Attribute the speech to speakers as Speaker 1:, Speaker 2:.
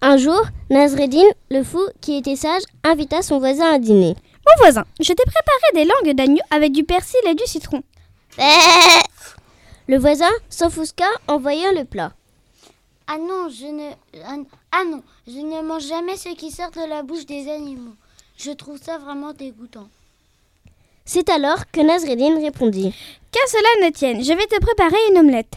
Speaker 1: Un jour, Nazreddin, le fou, qui était sage, invita son voisin à dîner.
Speaker 2: Mon voisin, je t'ai préparé des langues d'agneau avec du persil et du citron.
Speaker 1: Le voisin s'offusqua en voyant le plat.
Speaker 3: Ah non, je ne, ah n- ah non, je ne mange jamais ce qui sort de la bouche des animaux. Je trouve ça vraiment dégoûtant.
Speaker 1: C'est alors que Nazreddin répondit.
Speaker 2: Qu'à cela ne tienne, je vais te préparer une omelette.